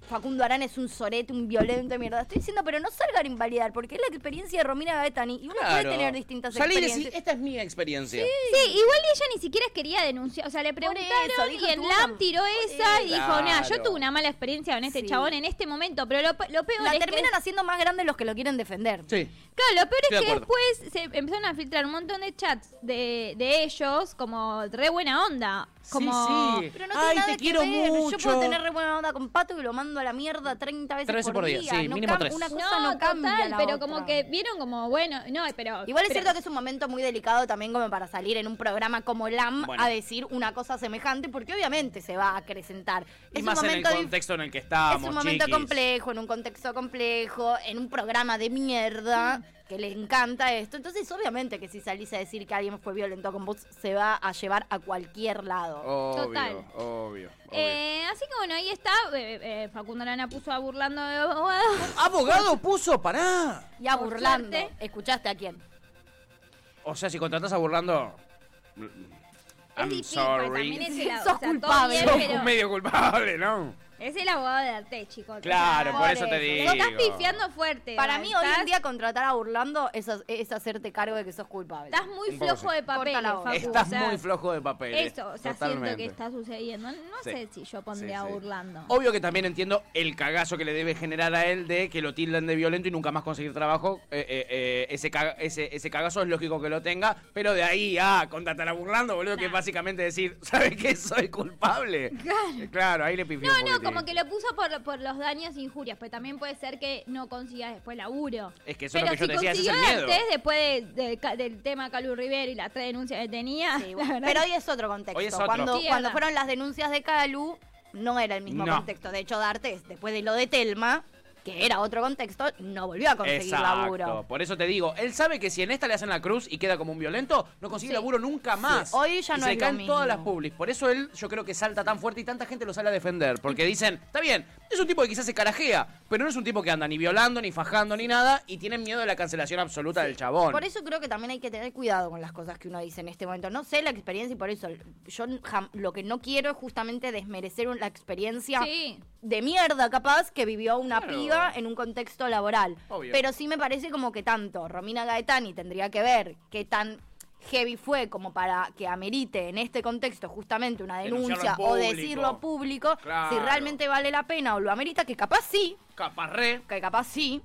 S2: Facundo Arana es un sorete, un violento de mierda. Estoy diciendo, pero no salgan a invalidar, porque es la experiencia de Romina Gaetani y uno
S3: Claro.
S2: puede tener distintas
S3: Salí y decí,
S2: experiencias.
S3: esta es mi experiencia.
S4: Sí, igual ella ni siquiera quería denunciar. O sea, le preguntaron
S2: eso, dijo,
S4: y en
S2: tuvo
S4: LAM
S2: una-
S4: tiró esa y dijo,
S3: Claro.
S4: nada, yo tuve una mala experiencia con este
S2: Sí.
S4: chabón en este momento. Pero lo, pe- lo peor
S2: La
S4: es
S2: terminan
S4: que.
S2: haciendo más grandes los que lo quieren defender.
S3: Sí.
S4: Claro, lo
S3: Estoy
S4: peor
S3: de
S4: es que
S3: acuerdo.
S4: después se empezaron a filtrar un montón de chats de, de ellos, como re buena onda. Como,
S3: Sí, sí.
S2: Pero no
S3: Ay,
S2: tiene nada
S3: te
S2: que
S3: quiero
S2: ver.
S3: mucho.
S2: Yo puedo tener re buena onda con Pato y lo mando a la mierda 30 veces
S3: 13 por día, sí,
S2: No
S3: mínimo
S2: cam-
S3: tres.
S2: Una cosa
S4: No,
S2: no, cambia
S4: total,
S2: la
S4: pero
S2: otra.
S4: como que vieron como, bueno, no, pero.
S2: Igual es
S4: pero-
S2: cierto que es un momento muy delicado también como para salir en un programa como LAM
S3: Bueno.
S2: a decir una cosa semejante, porque obviamente se va a acrecentar.
S3: Y
S2: Es
S3: más
S2: un
S3: en el
S2: momento dif-
S3: contexto en el que estábamos.
S2: es un momento
S3: chiquis.
S2: complejo, en un contexto complejo, en un programa de mierda que le encanta esto. Entonces, obviamente que si salís a decir que alguien fue violento con vos, se va a llevar a cualquier lado.
S3: Obvio,
S4: Total.
S3: obvio. obvio.
S4: Eh, así que bueno, ahí está. eh, eh, Facundo Arana puso a burlando de abogado.
S3: Abogado puso, pará.
S2: Ya
S4: por
S2: burlando.
S4: suerte.
S2: ¿Escuchaste a quién?
S3: O sea, si contratas a Burlando. mm,
S4: Es
S3: I'm
S4: difícil, pues,
S3: sorry.
S4: también es el-
S2: Sos
S4: o sea, todo
S2: culpable.
S4: bien,
S3: Sos
S4: pero-
S3: un medio culpable, ¿no?
S4: Es el abogado de Arte, chicos.
S3: Claro,
S4: O sea,
S3: por eso te
S4: te
S3: digo.
S4: estás pifiando fuerte.
S2: Para
S4: Val,
S2: mí, hoy en
S4: Eh, estás-
S2: día, contratar a burlando es, ha- es hacerte cargo de que sos culpable.
S4: Estás muy
S3: Un poco
S4: flojo
S3: sí.
S4: de papel,
S2: Corta la
S4: Facu.
S2: boca.
S3: Estás
S4: o sea,
S3: muy flojo de papel.
S4: Eso, o sea, siento que
S3: totalmente.
S4: está sucediendo. No
S3: Sí.
S4: sé si yo pondría
S3: Sí, sí.
S4: burlando.
S3: Obvio que también entiendo el cagazo que le debe generar a él de que lo tildan de violento y nunca más conseguir trabajo. Eh, eh, eh, ese, caga- ese, ese cagazo es lógico que lo tenga, pero de ahí ah, contratar a Burlando, boludo, que es
S4: Nah.
S3: básicamente decir, ¿sabes qué? Soy culpable. Claro, ahí le pifió
S4: No,
S3: un
S4: no,
S3: poquitín.
S4: como que lo puso por, por los daños e injurias, pero también puede ser que no consigas después laburo.
S3: Es que eso es lo
S4: Pero
S3: que yo
S4: si
S3: te decía, ese es
S4: consiguió
S3: el miedo.
S4: de Arte, después de- de ca- del tema Calu Rivero y las tres denuncias que tenía,
S2: Sí, bueno,
S4: la verdad
S2: pero hoy es otro contexto.
S3: Hoy es otro.
S2: Cuando,
S4: Sí, es
S2: cuando
S4: verdad.
S2: fueron las denuncias de Calu, no era el mismo
S3: No.
S2: contexto. De hecho, Darte, después de lo de Telma, que era otro contexto, no volvió a conseguir laburo.
S3: Por eso te digo, él sabe que si en esta le hacen la cruz y queda como un violento, no consigue
S4: Sí.
S3: laburo nunca más.
S2: Sí, hoy ya
S3: Y
S2: no
S3: se
S2: es lo
S3: le caen
S2: mismo.
S3: todas las publis. Por eso él, yo creo que salta tan fuerte y tanta gente lo sale a defender. Porque dicen, está bien, es un tipo que quizás se carajea, pero no es un tipo que anda ni violando, ni fajando, ni nada, y tienen miedo de la cancelación absoluta del chabón.
S2: Por eso creo que también hay que tener cuidado con las cosas que uno dice en este momento. No sé la experiencia y por eso yo jam- lo que no quiero es justamente desmerecer un- la experiencia
S4: Sí.
S2: de mierda capaz que vivió una
S3: Claro.
S2: piba en un contexto laboral.
S3: Obvio.
S2: Pero sí me parece como que tanto Romina Gaetani tendría que ver qué tan heavy fue como para que amerite en este contexto justamente una
S3: Denunciarlo en
S2: denuncia o
S3: público.
S2: decirlo público,
S3: Claro.
S2: si realmente vale la pena o lo amerita, que capaz sí,
S3: Caparré.
S2: que capaz sí.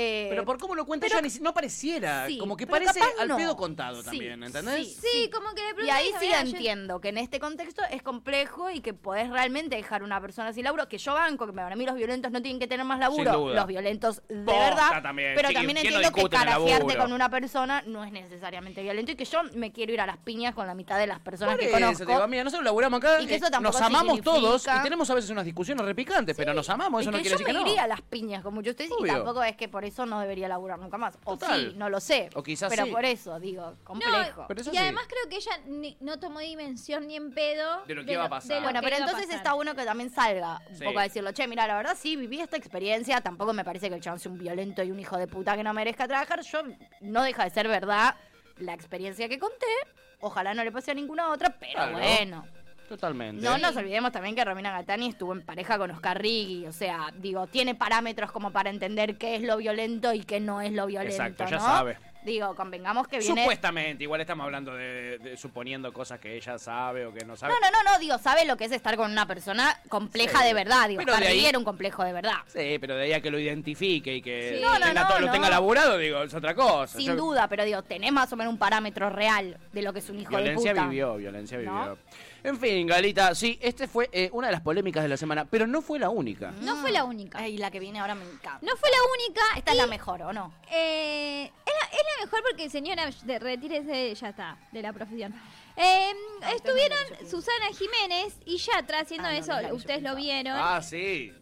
S2: Eh,
S3: Pero por cómo lo cuenta
S2: pero-
S3: ella ni si- no pareciera.
S2: sí,
S3: como que
S2: pero
S3: parece
S2: capaz
S3: al
S2: no.
S3: pedo contado
S2: Sí,
S3: también, ¿entendés?
S2: sí.
S4: Sí, como que le
S2: Y
S4: pregunté.
S2: ahí
S4: a
S2: sí
S4: ver,
S2: la
S4: yo-
S2: entiendo, que en este contexto es complejo y que podés realmente dejar una persona sin laburo, que yo banco, que para mí los violentos no tienen que tener más
S3: Sin
S2: laburo,
S3: duda.
S2: los violentos de
S3: Posta
S2: verdad,
S3: también,
S2: pero también
S3: chiquis, ¿quién no
S2: entiendo que
S3: discute en el
S2: carajearte
S3: laburo?
S2: con una persona no es necesariamente violento y que yo me quiero ir a las piñas con la mitad de las personas
S3: Por
S2: que
S3: eso,
S2: conozco.
S3: te digo, amiga, nosotros laburamos acá,
S2: Y que
S3: eh,
S2: eso tampoco
S3: nos amamos
S2: significa-
S3: todos y tenemos a veces unas discusiones repicantes, pero nos
S2: Y
S3: amamos, eso no
S2: que
S3: quiere
S2: yo
S3: decir que
S2: me
S3: no.
S2: iría a las piñas como yo ustedes y
S3: Obvio.
S2: tampoco es que por eso no debería laburar nunca más. O
S3: Total.
S2: sí, no lo sé.
S3: O quizás
S2: pero
S3: sí.
S2: por eso, digo, complejo.
S4: No,
S3: Pero eso
S4: y
S3: sí.
S4: además creo que ella ni- no tomó dimensión ni en pedo
S3: De lo que iba a pasar.
S4: de lo
S2: Bueno,
S4: que
S2: pero
S4: iba a
S2: entonces
S4: pasar.
S2: está bueno que también salga un
S3: Sí.
S2: poco a decirlo, che, mira, la verdad sí, viví esta experiencia, tampoco me parece que el chabón sea un violento y un hijo de puta que no merezca trabajar, yo no deja de ser verdad la experiencia que conté, ojalá no le pase a ninguna otra, pero
S3: Claro.
S2: bueno.
S3: Totalmente.
S2: No nos olvidemos también que Romina Gatani estuvo en pareja con Oscar Riggi, o sea, digo, tiene parámetros como para entender qué es lo violento y qué no es lo violento,
S3: Exacto, ya
S2: ¿no?
S3: sabe.
S2: Digo, convengamos que viene...
S3: Supuestamente, igual estamos hablando de, de- suponiendo cosas que ella sabe o que no sabe.
S2: No, no, no, no, digo, sabe lo que es estar con una persona compleja
S3: Sí.
S2: de verdad. Digo,
S3: Pero
S2: Oscar
S3: de ahí-
S2: Riggi era un complejo de verdad.
S3: Sí, pero de ahí a que lo identifique y que
S4: Sí.
S2: No, no,
S3: tenga
S2: no,
S3: todo- lo
S2: no.
S3: tenga laburado, digo, es otra cosa.
S2: Sin
S3: Yo-
S2: duda, pero digo, tenés más o menos un parámetro real de lo que es un hijo
S3: Violencia
S2: de puta.
S3: vivió, violencia vivió.
S2: ¿No?
S3: En fin, Galita, sí, este fue eh, una de las polémicas de la semana, pero no fue la única.
S4: No fue la única.
S2: Ay, la que viene ahora me encanta.
S4: No fue la única.
S2: Mm. Esta
S4: y,
S2: es la mejor, ¿o no?
S4: eh, es, la, es la mejor porque, señora, de- retírese, ya está, de la profesión. Eh, estuvieron Susana Jiménez y Yatra haciendo
S2: Ah, no,
S4: eso.
S2: no es la que yo
S4: Ustedes lo
S2: pensaba.
S4: vieron.
S3: Ah. sí.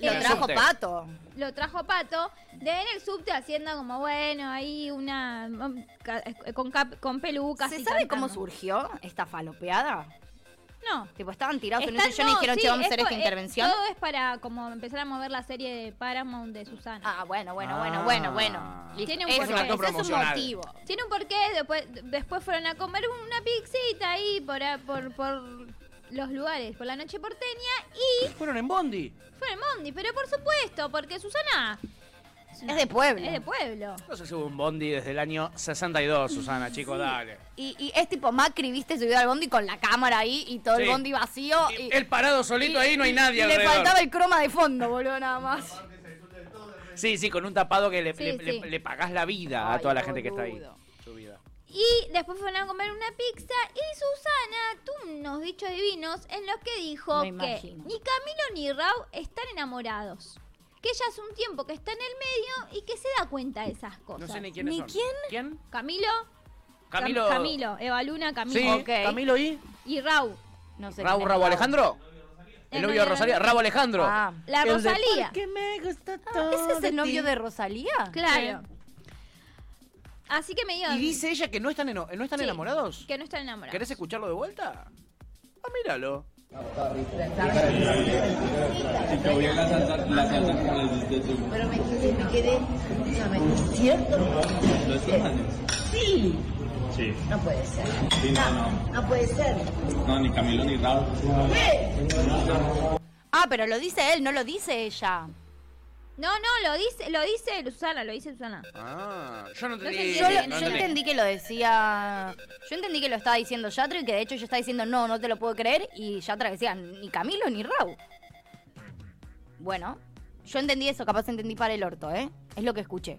S2: Lo
S4: Eh,
S2: trajo
S3: subte.
S2: Pato.
S4: lo trajo Pato, de en el subte haciendo como, bueno, ahí una... um, ca- con, cap- con pelucas.
S2: ¿Se
S4: y
S2: sabe
S4: cantando.
S2: cómo surgió esta falopeada?
S4: No.
S2: Tipo, estaban tirados en un
S4: Están-
S2: sillón y
S4: no,
S2: dijeron,
S4: sí,
S2: che, vamos a hacer
S4: esto
S2: esta
S4: es-
S2: intervención.
S4: Todo es para como empezar a mover la serie de Paramount de Susana.
S2: Ah, bueno, bueno,
S3: Ah.
S2: bueno, bueno, bueno. Listo.
S4: Tiene un
S2: Eso,
S4: porqué. Es un acto
S2: ese es un
S3: promocional.
S2: motivo.
S4: Tiene un porqué, después, después fueron a comer una pizzita ahí por, a- por, por los lugares, por la noche porteña y
S3: Fueron en Bondi.
S4: fueron en Mondi, pero por supuesto, porque Susana
S2: Es de pueblo.
S4: es de pueblo.
S3: No sé si hubo un Bondi desde el año 62, Susana, chico, dale.
S2: Y, y es tipo Macri, viste, subido al bondi con la cámara ahí y todo el
S3: Sí.
S2: bondi vacío.
S3: Y-
S2: Y,
S3: el parado solito ahí no hay nadie
S2: y le
S3: alrededor.
S2: faltaba el croma de fondo, boludo, nada más.
S3: Sí, sí, con un tapado que le,
S4: Sí,
S3: le-
S4: sí.
S3: le- le pagás la vida a
S2: Ay,
S3: toda la gente que está ahí.
S2: boludo.
S3: Su vida.
S4: Y después fueron a comer una pizza y Susana tuvo unos dichos divinos en los que dijo
S2: Me
S4: que
S2: imagino.
S4: ni Camilo ni Raúl están enamorados. Que ella hace un tiempo que está en el medio y que se da cuenta de esas cosas.
S3: No sé ni quiénes
S2: ¿ni
S3: son.
S2: quién?
S3: ¿Quién?
S4: Camilo, Cam-
S3: Camilo.
S4: Camilo, Eva Luna,
S3: Sí,
S4: Camilo
S2: Ok.
S3: Camilo y
S4: y Raúl.
S2: No sé
S3: Raúl
S2: quién es
S3: Raúl Alejandro. El
S4: No,
S3: novio de
S4: no,
S3: Rosalía,
S4: no.
S3: Raúl Alejandro.
S2: Ah.
S4: La
S3: El de
S4: Rosalía.
S3: porque me gusta
S2: Ah, ¿Ese es
S3: todo
S2: el novio
S3: ti.
S2: de Rosalía?
S4: Claro. Así que me dio
S3: Y dice ella que no están, eno- no están
S4: Sí,
S3: enamorados.
S4: que no están enamorados.
S3: ¿Querés escucharlo de vuelta? Ah, míralo.
S5: Pero me quedé, me quedé, dígame, ¿cierto? ¿Los Sí.
S6: Sí,
S5: No puede ser.
S6: sí, no, no.
S5: No puede ser.
S6: No, ni Camilo ni Raúl.
S2: Ah, pero lo dice él, no lo dice ella.
S4: No, no, lo dice, lo dice Susana, lo dice Susana.
S3: Ah, yo no
S4: sé
S3: entendí.
S4: si
S2: Yo,
S4: sí,
S2: lo-
S4: no
S2: yo entendí que lo decía. Yo entendí que lo estaba diciendo Yatra y que de hecho yo estaba diciendo no, no te lo puedo creer. Y Yatra decía ni Camilo ni Raúl. Bueno, yo entendí eso, capaz entendí para el orto, ¿eh? Es lo que escuché.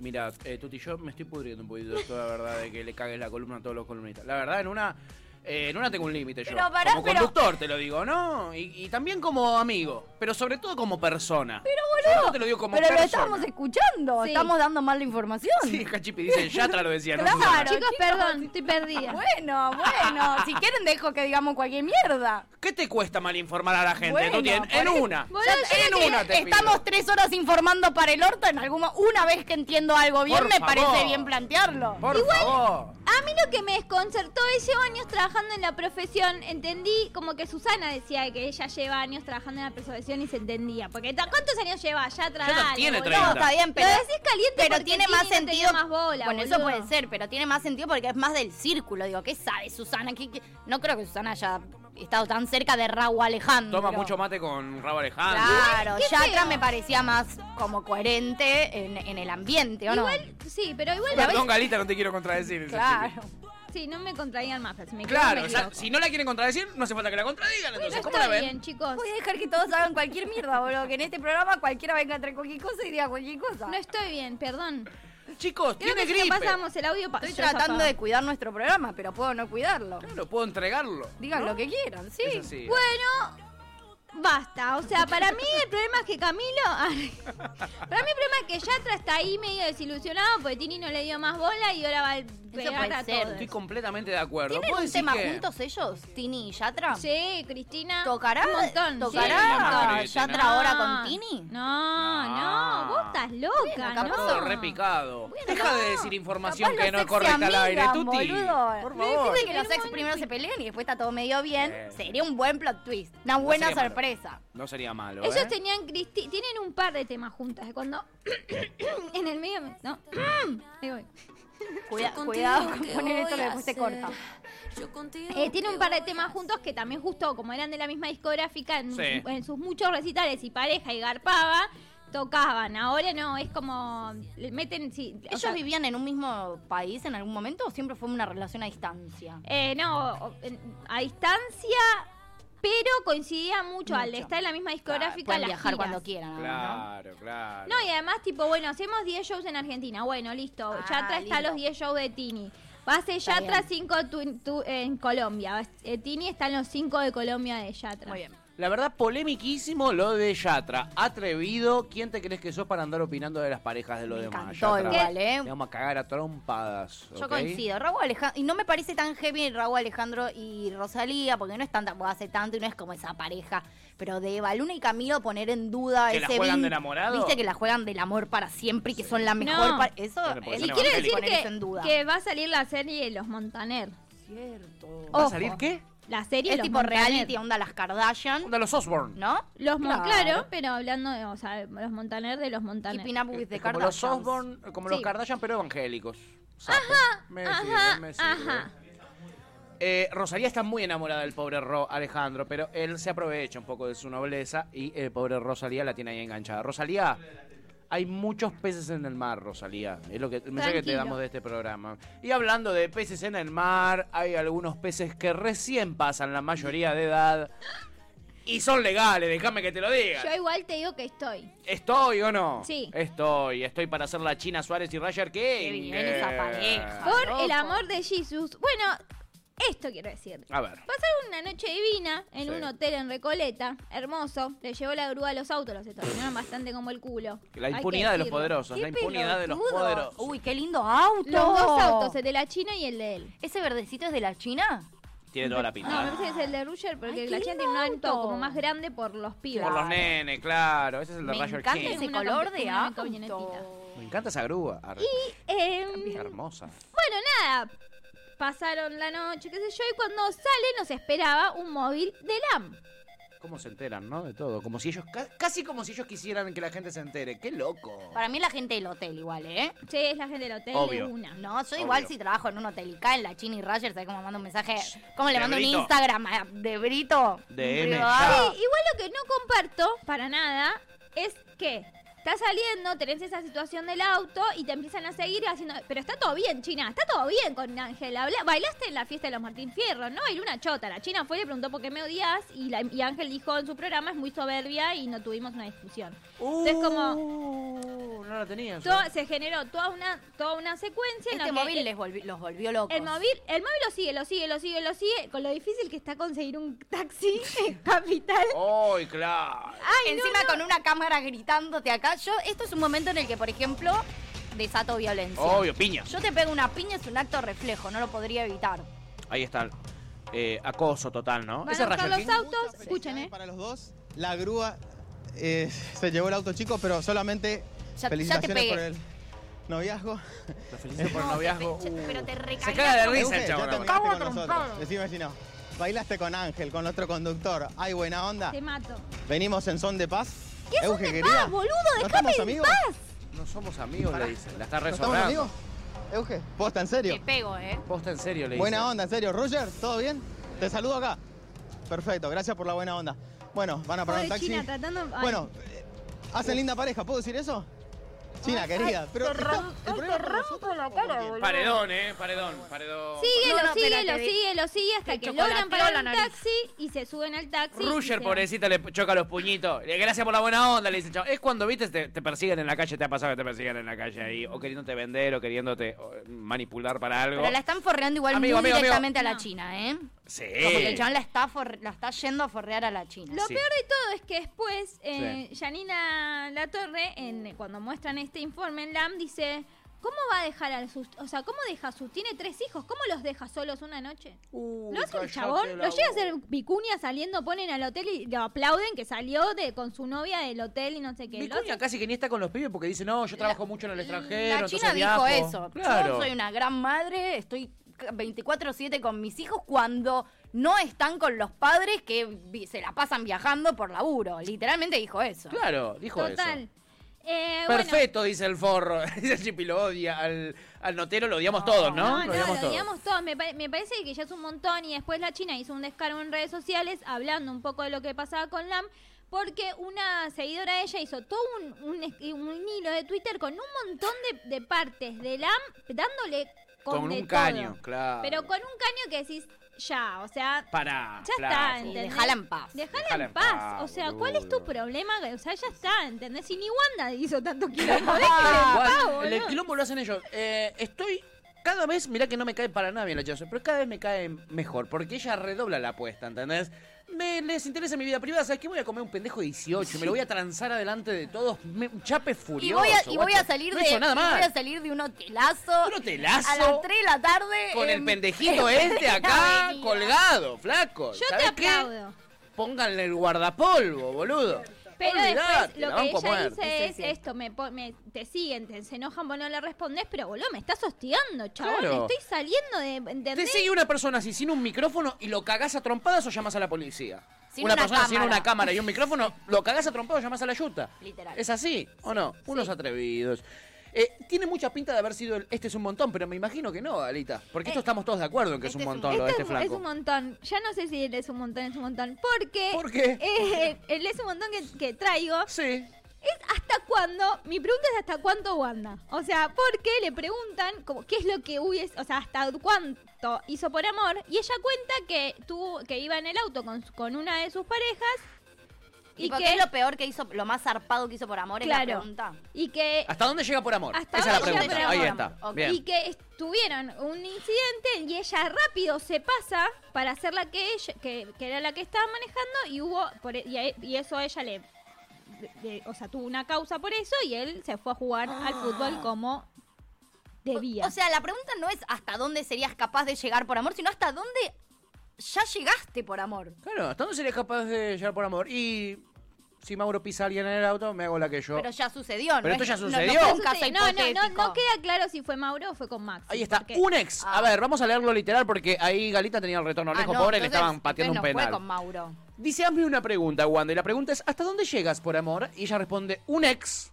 S3: Mira, eh, Tuti, yo me estoy pudriendo un poquito de toda la verdad de que le cagues la columna a todos los columnistas. La verdad, en una, eh, en una tengo un límite yo.
S2: Pero pará,
S3: como
S2: pero-
S3: conductor te lo digo, ¿no? Y, y también como amigo, pero sobre todo como persona. Pero boludo, te lo digo como
S2: Pero lo
S3: persona.
S2: estábamos escuchando,
S4: Sí.
S2: estamos dando mal la información.
S3: Sí, Cachipi dice, Yatra lo decía, no
S2: Claro.
S3: Susana.
S4: Chicos,
S2: chicos.
S4: perdón, estoy perdida.
S2: Bueno, bueno, si quieren dejo que digamos cualquier mierda.
S3: ¿Qué te cuesta malinformar a la gente,
S2: Bueno,
S3: Tuti? En,
S2: por
S3: en
S2: eso-
S3: una.
S4: Boludo,
S3: en
S4: yo no
S3: una te pido.
S2: Estamos tres horas informando para el orto en alguna una vez que entiendo algo bien
S3: Por
S2: me
S3: favor.
S2: parece bien plantearlo.
S3: Por favor.
S4: A mí lo que me desconcertó es llevo años trabajando en la profesión. Entendí como que Susana decía que ella lleva años trabajando en la profesión y se entendía. Porque ¿ta- ¿cuántos años lleva ya
S3: Ya no
S4: trabajando?
S3: tiene
S2: No,
S3: 30.
S2: está bien, pero
S4: Lo decís caliente
S2: pero
S4: porque
S2: tiene
S4: Tini
S2: más
S4: no te dio
S2: sentido.
S4: más bola,
S2: bueno, eso
S4: boludo.
S2: puede ser, pero tiene más sentido porque es más del círculo, digo, ¿qué sabe Susana? ¿Qué- qué? No creo que Susana haya estado tan cerca de Raúl Alejandro.
S3: Toma mucho mate con Raúl Alejandro.
S2: Claro,
S4: Qué
S2: Yatra
S4: feo.
S2: me parecía más como coherente en, en el ambiente, ¿o no?
S4: Igual, sí, pero igual
S2: Pero
S4: la
S2: ves-
S3: Perdón, Galita, no te quiero contradecir. dice
S2: claro.
S3: Chiqui.
S4: Sí, no me contradigan más, pero si me
S3: Claro, o
S4: equivoco, me
S3: sea,
S4: equivoco.
S3: si no la quieren contradecir, no hace falta que la contradigan.
S4: Bueno,
S3: Entonces, ¿cómo
S4: está
S3: la ven?
S4: bien, chicos.
S2: Voy a dejar que todos hagan cualquier mierda, boludo. Que en este programa cualquiera venga a traer cualquier cosa y diga cualquier cosa.
S4: No estoy bien, perdón.
S3: Chicos,
S4: Creo
S3: tiene
S4: que si
S3: gripe.
S4: no pasamos el audio pa-
S2: Estoy
S4: yo
S2: tratando
S4: zafaba.
S2: de cuidar nuestro programa, pero puedo no cuidarlo.
S3: Claro, puedo entregarlo.
S2: Digan lo que quieran, sí.
S3: Es así.
S4: Bueno, basta. O sea, para mí el problema es que Camilo. para mí el problema es que Yatra está ahí medio desilusionado porque Tini no le dio más bola y ahora va a pegar
S2: puede
S4: a
S2: ser.
S4: todos.
S3: Estoy completamente de acuerdo.
S2: ¿Tienen
S3: ¿Puedo
S2: un
S3: decir
S2: tema
S3: que-
S2: juntos ellos? ¿Tini y Yatra?
S4: Sí, Cristina.
S2: ¿Tocará?
S4: Un montón.
S2: ¿Tocará
S6: Sí,
S2: Yatra
S4: No.
S2: ahora con Tini?
S4: No,
S3: No.
S4: no, vos estás loca,
S2: Bueno,
S3: Todo
S2: capaz-
S4: ¿no?
S3: repicado.
S2: Bueno,
S3: Deja
S2: no.
S3: de decir información
S2: Capaz
S3: que no
S2: los
S3: es correcta al aire,
S2: examinan,
S3: Tuti.
S2: boludo.
S3: Por
S2: Me
S3: favor.
S2: Dicen que los
S4: Pero
S2: ex
S4: bueno,
S2: primero
S4: sí.
S2: se pelean y después está todo medio bien.
S3: Sí.
S2: Sería un buen plot twist. Una buena
S3: sería malo.
S2: sorpresa.
S3: No sería malo.
S4: Ellos
S3: ¿eh?
S4: tenían Cristi- tienen un par de temas juntas. de Cuando en el medio, me- no, ahí voy.
S2: Cuida-
S7: Yo
S2: cuidado con
S7: contigo, ¿qué
S2: poner esto
S7: voy
S2: que
S7: a
S2: después se
S7: hacer?
S2: corta.
S7: Yo contigo,
S4: Eh, tiene
S7: ¿qué
S4: un par de
S7: voy a
S4: temas juntos que también justo, como eran de la misma discográfica, en,
S3: Sí.
S4: en sus muchos recitales y pareja y garpaba, tocaban. Ahora no, es como, le meten, sí, o
S2: ¿Ellos
S4: sea,
S2: vivían en un mismo país en algún momento o siempre fue una relación a distancia?
S4: eh, no, o- en- a distancia, pero coincidía mucho, al
S2: Mucho.
S4: estar en la misma discográfica.
S2: Pueden
S4: las
S2: viajar
S4: giras.
S2: cuando quieran. ¿no?
S3: Claro, claro.
S4: No, y además, tipo, bueno, hacemos 10 shows en Argentina. Bueno, listo.
S2: Ah,
S4: Yatra está
S2: lindo.
S4: los 10 shows de Tini. Va a ser
S2: Está
S4: Yatra
S2: bien.
S4: 5 en Colombia. Va- eh, Tini está en los 5 de Colombia de Yatra.
S2: Muy bien.
S3: La verdad, polemiquísimo lo de Yatra. Atrevido, ¿quién te crees que sos para andar opinando de las parejas de los
S2: Me
S3: demás?
S2: encantó
S3: Yatra?
S2: igual, ¿eh?
S3: Te vamos a cagar a trompadas.
S2: Yo
S3: ¿ok?
S2: coincido. Raúl Alejandro, y no me parece tan heavy Raúl Alejandro y Rosalía, porque no es tan tampoco hace tanto y no es como esa pareja. Pero de Baluna y Camilo poner en duda
S3: ¿Que la
S2: ese
S3: juegan de
S2: vin-
S3: enamorado?
S2: Viste que la juegan del amor para siempre y que son la mejor
S4: No.
S2: pa- Eso
S3: Bueno, porque
S2: es
S3: son
S4: Y
S3: Bueno,
S4: quiero
S3: Angélica.
S4: decir
S2: poner eso en
S4: que,
S2: duda.
S4: que va a salir la serie de Los Montaner.
S2: Cierto.
S3: ¿Va a
S4: Ojo.
S3: salir qué?
S4: La serie
S2: Es
S4: de Los
S2: tipo
S4: Montaner.
S2: reality, onda las Kardashian,
S3: Onda los Osborne.
S2: ¿no?
S4: Los Mon-
S2: Claro.
S4: claro. pero hablando de, o sea, Los Montaner de Los Montaner.
S2: Keeping up with the
S3: Es como los
S2: Kardashians.
S3: Osborne, como los
S4: Sí.
S3: Kardashian, pero evangélicos. Ajá,
S4: ajá, ajá.
S3: Eh, Rosalía está muy enamorada del pobre Ro Alejandro, pero él se aprovecha un poco de su nobleza y el pobre Rosalía la tiene ahí enganchada. Rosalía, hay muchos peces en el mar, Rosalía. Es lo que, el mensaje que te
S4: Tranquilo.
S3: damos de este programa. Y hablando de peces en el mar, hay algunos peces que recién pasan la mayoría de edad y son legales, déjame que te lo diga.
S4: Yo igual te digo que estoy.
S3: ¿Estoy o no?
S4: Sí.
S3: Estoy, estoy para hacer la China Suárez y Roger King.
S2: Qué bien esa
S3: Eh,
S2: pareja.
S4: Por
S2: loco.
S4: el amor de Jesus. Bueno, esto quiero decir.
S3: A ver.
S4: Pasaron una noche divina en
S3: Sí.
S4: un hotel en Recoleta, hermoso. Le llevó la grúa a los autos, los estacionaron bastante como el culo.
S3: La
S4: Hay que
S3: impunidad de los
S4: decirlo.
S3: poderosos,
S4: Qué
S3: la impunidad de los
S4: pelotudos.
S3: poderosos.
S2: Uy, qué lindo auto.
S4: Los dos autos, el de la China y el de él.
S2: ¿Ese verdecito es de la China?
S3: Tiene toda la
S4: No, me
S3: pinta.
S4: parece que es el de Ruger porque
S2: Ay,
S4: la
S2: qué
S4: China
S2: lindo
S4: tiene un auto
S2: auto.
S4: como más grande por los pibes.
S3: Por los nenes, claro. Ese es el de
S2: Me
S3: Roger
S2: encanta
S3: King.
S2: ese
S4: Una
S2: color de
S4: camioneta, una
S2: auto.
S4: camionetita.
S3: Me encanta esa grúa. Arre,
S4: Eh,
S3: qué hermosa.
S4: bueno, nada. Pasaron la noche, qué sé yo, y cuando sale nos esperaba un móvil de LAM.
S3: ¿Cómo se enteran, no? De todo. Como si ellos, ca- casi como si ellos quisieran que la gente se entere. Qué loco.
S2: Para mí es la gente del hotel igual, ¿eh?
S4: Sí, es la gente del hotel
S3: Obvio.
S4: de una.
S2: No, yo igual
S3: Obvio.
S2: si trabajo en un hotel y cae en la China y Roger, ¿sabes cómo mando un mensaje? ¿Cómo le
S3: de
S2: mando
S3: Brito.
S2: un Instagram a- de Brito?
S3: DM,
S2: Un
S4: Sí,
S2: privado.
S4: igual lo que no comparto para nada es que estás saliendo, tenés esa situación del auto y te empiezan a seguir haciendo. Pero está todo bien, China, está todo bien con Ángela. Habla- Bailaste en la fiesta de los Martín Fierro, ¿no? Bailó una chota. La China fue y le preguntó por qué me odias y, la- y Ángel dijo en su programa es muy soberbia y no tuvimos una discusión. Entonces, como.
S3: Uh, no la tenía. yo.
S4: todo- se generó toda una, toda una secuencia en la
S2: Este
S4: que
S2: móvil les volvi- los volvió locos.
S4: el móvil, el móvil lo sigue, lo sigue, lo sigue, lo sigue, con lo difícil que está conseguir un taxi en capital.
S3: ¡Ay, claro!
S4: Ay, no,
S2: Encima con una cámara gritándote acá. Yo, esto es un momento en el que, por ejemplo, desato violencia.
S3: Obvio, piña.
S2: Yo te pego una piña, es un acto reflejo, no lo podría evitar.
S3: Ahí está. eh, acoso total, ¿no?
S4: Van
S3: Ese
S4: a
S3: es
S4: buscar
S3: Roger
S4: los
S3: King.
S4: autos, escuchen,
S8: Felicidades
S4: ¿eh?
S8: Para los dos, la grúa eh, se llevó el auto chico, pero solamente
S2: Ya- ya te
S8: felicitaciones por
S2: pegué.
S8: el noviazgo.
S3: Lo felicito por el
S2: No,
S3: noviazgo.
S2: te- te- pero te
S3: Uh. Se
S2: recargas
S3: caga de
S2: con-
S3: risa el
S8: Euge, ya
S3: chabón. ahora.
S8: terminaste
S2: Cago
S8: con
S2: trompado.
S8: nosotros. Decime si no. Bailaste con Ángel, con otro conductor. Hay buena onda.
S4: Te mato.
S8: Venimos en son de paz.
S4: ¿Qué es
S8: Euge,
S4: un de
S8: querida,
S4: paz, boludo?
S8: ¿No
S4: Déjame
S8: estamos
S4: en
S8: amigos?
S4: paz.
S3: No somos amigos, le dice. La está
S8: ¿No estamos amigos?
S3: resobrando.
S8: Euge, posta, en serio.
S2: Te pego, ¿eh?
S3: Posta en serio, le dice.
S8: Buena onda, en serio. Roger, ¿todo bien? Te saludo acá. Perfecto, gracias por la buena onda. Bueno, van a parar
S4: Pobre
S8: un taxi.
S4: China tratando. ay,
S8: Bueno, eh, hacen linda pareja, ¿puedo decir eso? China, querida. Pero
S7: te
S8: está-
S7: rom-
S8: el
S7: ay,
S8: problema
S7: te
S8: con nosotros
S7: rompo la
S8: o con
S7: cara,
S8: quién?
S7: boludo.
S3: Paredón, eh, paredón, paredón.
S4: Síguelo,
S2: No, no,
S4: síguelo,
S2: espérate, vi-
S4: síguelo, sigue hasta
S2: te
S4: que logran
S2: chocolateó la
S4: parar un
S2: nariz.
S4: taxi y se suben al taxi.
S3: Ruger,
S4: por eso
S3: pobrecita, le choca los puñitos. Le- Gracias por la buena onda, le dice el chavo. Es cuando, viste, te, te persiguen en la calle, te ha pasado que te persigan en la calle ahí, o queriéndote vender, o queriéndote o, manipular para algo.
S2: Pero la están forreando igual
S3: Amigo,
S2: muy
S3: amigo, amigo.
S2: directamente a la
S4: No.
S2: China, ¿eh?
S3: Sí.
S2: Como que el chabón la está, for- la está yendo a forrear a la China.
S4: Lo
S3: Sí.
S4: peor de todo es que después, eh, Janina Latorre, en, cuando muestran este informe en LAM, dice, ¿cómo va a dejar a sus... O sea, ¿cómo deja a sus... Tiene tres hijos, ¿cómo los deja solos una noche?
S3: Uh,
S4: ¿No es un
S3: cállate
S4: chabón?
S3: la
S4: Lo llega a
S3: boca.
S4: hacer vicuña saliendo, ponen al hotel y lo aplauden que salió de con su novia del hotel y no sé qué. Lo
S3: Vicuña casi que ni está con los pibes porque dice, no, yo trabajo mucho en el extranjero.
S2: la China
S3: entonces
S2: dijo
S3: viajo".
S2: eso.
S3: Claro.
S2: Yo soy una gran madre, estoy 24-7 con mis hijos cuando no están con los padres que vi- se la pasan viajando por laburo. Literalmente dijo eso.
S3: Claro, dijo
S4: hace-
S3: eso.
S4: Total. Eh, bueno.
S3: Perfecto, dice el forro. Dice el chipi, lo odia. Al, al notero lo odiamos todos, ¿no?
S4: No, no, lo
S3: todos.
S4: digamos todos. Me, pare- me parece que ya es un montón. Y después la China hizo un descargo en redes sociales hablando un poco de lo que pasaba con LAM. Porque una seguidora de ella hizo todo un, un es- un hilo de Twitter con un montón de, de partes de LAM dándole con,
S3: Con
S4: de
S3: un
S4: todo.
S3: caño, claro.
S4: Pero con un caño que decís ya, o sea,
S3: Pará.
S4: ya
S3: claro.
S4: está,
S2: Sí,
S4: ¿entendés?
S2: dejala en paz.
S4: Dejala,
S3: Dejala
S4: en
S3: en
S4: paz.
S3: paz,
S4: o sea, ¿cuál es tu
S3: boludo.
S4: problema? O sea, ya está, ¿entendés? Y ni Wanda hizo tanto quilombo.
S3: Igual,
S4: Déjenla en
S3: el,
S4: paz, Ah, boludo.
S3: quilombo lo hacen ellos. Eh, estoy. Cada vez, mirá que no me cae para nada bien la Johnson, pero cada vez me cae mejor, porque ella redobla la apuesta, ¿entendés? Me les interesa mi vida privada, ¿sabes qué? Voy a comer un pendejo de 18, me lo voy a transar adelante de todos, me- un chape
S2: Y
S3: furioso.
S2: voy, a, y voy a
S3: guacho.
S2: salir
S3: No
S2: de
S3: hizo nada
S2: y voy a
S3: más.
S2: salir de un hotelazo.
S3: Un hotelazo.
S2: A las 3 de la tarde.
S3: Con el
S2: em,
S3: pendejito
S2: en
S3: este
S2: la
S3: acá,
S2: avenida.
S3: colgado, flaco.
S4: Yo te
S3: ¿Sabés qué?
S4: aplaudo.
S3: Pónganle el guardapolvo, boludo.
S4: Pero
S3: Olvidate,
S4: después
S3: la
S4: lo que
S3: banco a
S4: ella
S3: muerte.
S4: dice
S2: Sí,
S4: es
S2: sí, sí.
S4: esto, me, po- me- te siguen, te se enojan, vos no le respondés, pero boludo, me estás hostigando, chabón,
S3: Claro.
S4: estoy saliendo de... ¿entendés?
S3: Te sigue una persona así, sin un micrófono, y lo cagás a trompadas o llamás a la policía.
S2: Sin
S3: una,
S2: una
S3: persona sin
S2: cámara.
S3: una cámara y un micrófono, lo cagás a trompadas o llamás a la yuta.
S2: Literal.
S3: ¿Es así o no? Unos atrevidos. Eh, tiene mucha pinta de haber sido el este es un montón, pero me imagino que no, Alita. Porque esto
S2: Eh,
S3: estamos todos de acuerdo en que es
S2: este
S3: un
S2: es un-
S3: montón lo
S4: Esto
S3: de este
S4: es,
S3: flaco.
S4: es un montón. Ya no sé si él es un montón, es un montón. Porque
S3: ¿Por qué?
S4: eh, el es un montón que, que traigo
S3: Sí.
S4: es hasta cuándo. Mi pregunta es hasta cuánto Wanda. O sea, porque le preguntan como qué es lo que hubiese, o sea, hasta cuánto hizo por amor. Y ella cuenta que tuvo, que iba en el auto con, su- con una de sus parejas. Y
S2: Tipo,
S4: que
S2: ¿qué es lo peor que hizo, lo más zarpado que hizo por amor? Es la
S4: Claro.
S2: pregunta.
S4: Y que,
S3: ¿Hasta dónde llega por amor? Esa
S4: Hasta
S3: es la
S4: dónde llega
S3: pregunta.
S2: por
S3: Ahí
S2: amor.
S3: está.
S2: Ok.
S3: Bien.
S4: y que es- tuvieron un incidente y ella rápido se pasa para hacer la que ella, que, que era la que estaba manejando y hubo por- e, y, a- y eso a ella le, le- o sea, tuvo una causa por eso y él se fue a jugar al fútbol como debía.
S2: Ah. O sea, la pregunta no es hasta dónde serías capaz de llegar por amor, sino hasta dónde ya llegaste por amor.
S3: Claro, ¿hasta dónde sería capaz de llegar por amor? Y si Mauro pisa a alguien en el auto, me hago la que yo.
S2: Pero ya sucedió, ¿no?
S3: Pero esto
S2: es-
S3: ya
S2: no-
S3: sucedió.
S2: No, fue
S4: Eso
S2: un caso
S4: sí, no, no, no,
S2: hipotético.
S4: no queda claro si fue Mauro o fue con Max.
S3: Ahí está, un ex. A ver, vamos a leerlo literal porque ahí Galita tenía el retorno
S2: Ah,
S3: lejos,
S2: no,
S3: pobre, le
S2: entonces-
S3: estaban pateando un
S2: entonces no
S3: penal.
S2: Fue con Mauro.
S3: Dice, hazme una pregunta, Wanda. Y la pregunta es, ¿hasta dónde llegas por amor? Y ella responde, un ex,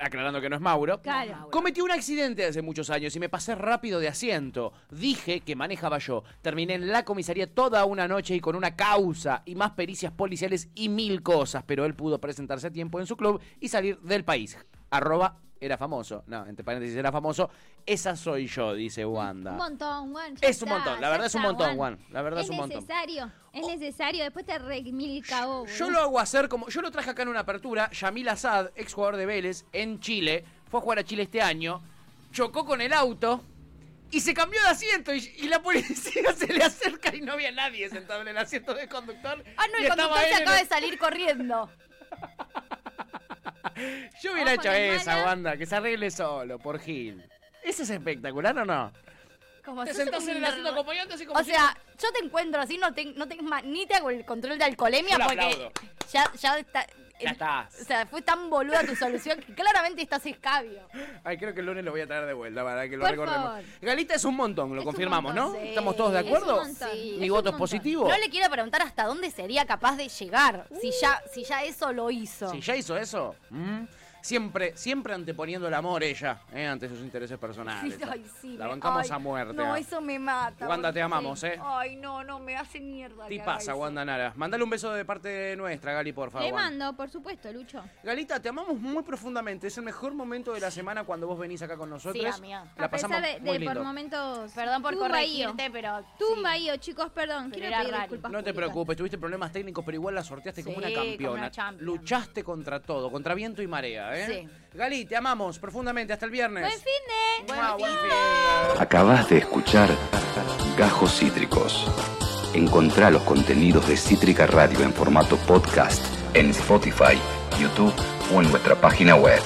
S3: aclarando que no es Mauro,
S4: Claro.
S3: cometí un accidente hace muchos años y me pasé rápido de asiento. Dije que manejaba yo. Terminé en la comisaría toda una noche y con una causa y más pericias policiales y mil cosas. Pero él pudo presentarse a tiempo en su club y salir del país. Arroba era famoso. No, entre paréntesis, era famoso. Esa soy yo, dice Wanda.
S4: Un montón, Juan. ya
S3: Es un
S4: está,
S3: montón, la
S4: ya
S3: verdad es un
S4: está,
S3: montón, Juan, la verdad es un montón. Oh.
S4: Es necesario, es necesario. Después te re mil cabo.
S3: Yo lo hago hacer como. Yo lo traje acá en una apertura. Yamil Azad, ex jugador de Vélez, en Chile. Fue a jugar a Chile este año. Chocó con el auto. Y se cambió de asiento. Y, y la policía se le acerca y no había nadie sentado en el asiento del conductor.
S2: Ah, no,
S3: y
S2: el
S3: estaba
S2: conductor se
S3: él en
S2: acaba
S3: el-
S2: de salir corriendo.
S3: Yo hubiera
S4: Ojo,
S3: hecho
S4: las
S3: esa,
S4: manos.
S3: banda. Que se arregle solo, por Gil. ¿Eso es espectacular o no?
S2: Como
S3: Te
S2: sos un
S3: sentás en el asiento
S2: verbo-
S3: acompañante así como
S2: O
S3: si
S2: sea, yo te encuentro así, no, te, no tengo más- ni te hago el control de alcoholemia
S3: Yo la
S2: porque
S3: aplaudo.
S2: ya, ya está.
S3: Ya estás.
S2: O sea, fue tan boluda tu solución que claramente estás escabio.
S3: Ay, creo que el lunes lo voy a traer de vuelta para que lo
S4: Por
S3: recordemos.
S4: favor.
S3: Galita es un montón, lo
S4: Es un
S3: confirmamos,
S4: montón,
S3: ¿no?
S2: sí.
S3: ¿Estamos todos de
S2: Es un
S3: acuerdo?
S4: montón,
S2: Sí.
S3: Mi voto es
S4: es un montón.
S3: positivo.
S2: No le quiero preguntar hasta dónde sería capaz de llegar si ya, si ya eso lo hizo.
S3: Si ya hizo eso, ¿m? Siempre, siempre anteponiendo el amor ella, eh, ante sus intereses personales.
S2: Ay, sí,
S3: la
S2: me-
S3: bancamos
S2: ay,
S3: a muerte.
S2: No,
S3: ah.
S2: eso me mata.
S3: Wanda,
S2: boludo.
S3: te amamos, eh.
S2: Ay, no, no, me hace mierda.
S3: Ti
S2: que haga
S3: pasa,
S2: eso.
S3: Wanda Nara. Mandale un beso de parte nuestra, Gali, por favor.
S4: Le mando, por supuesto, Lucho.
S3: Galita, te amamos muy profundamente. Es el mejor momento de la semana cuando vos venís acá con nosotros.
S2: Sí, amiga.
S3: La
S4: a pesar
S3: pasamos
S4: de,
S3: muy
S4: de por
S3: lindo.
S4: momentos.
S2: Perdón por
S4: tumba
S2: corregirte,
S4: io.
S2: pero.
S4: Tumba
S2: sí.
S4: io, chicos, perdón.
S2: Pero
S4: Quiero
S2: era
S4: pedir
S2: raro.
S4: disculpas.
S3: No te
S4: públicas.
S3: preocupes, tuviste problemas técnicos, pero igual la sorteaste como
S2: Sí,
S3: una campeona.
S2: como una champion.
S3: Luchaste contra todo, contra viento y marea, ¿eh?
S2: Sí.
S3: Gali, te amamos profundamente. Hasta el viernes.
S4: Buen fin de.
S3: Mua, buen fin.
S1: Acabas de escuchar Gajos Cítricos. Encontrá los contenidos de Cítrica Radio en formato podcast en Spotify, YouTube o en nuestra página web.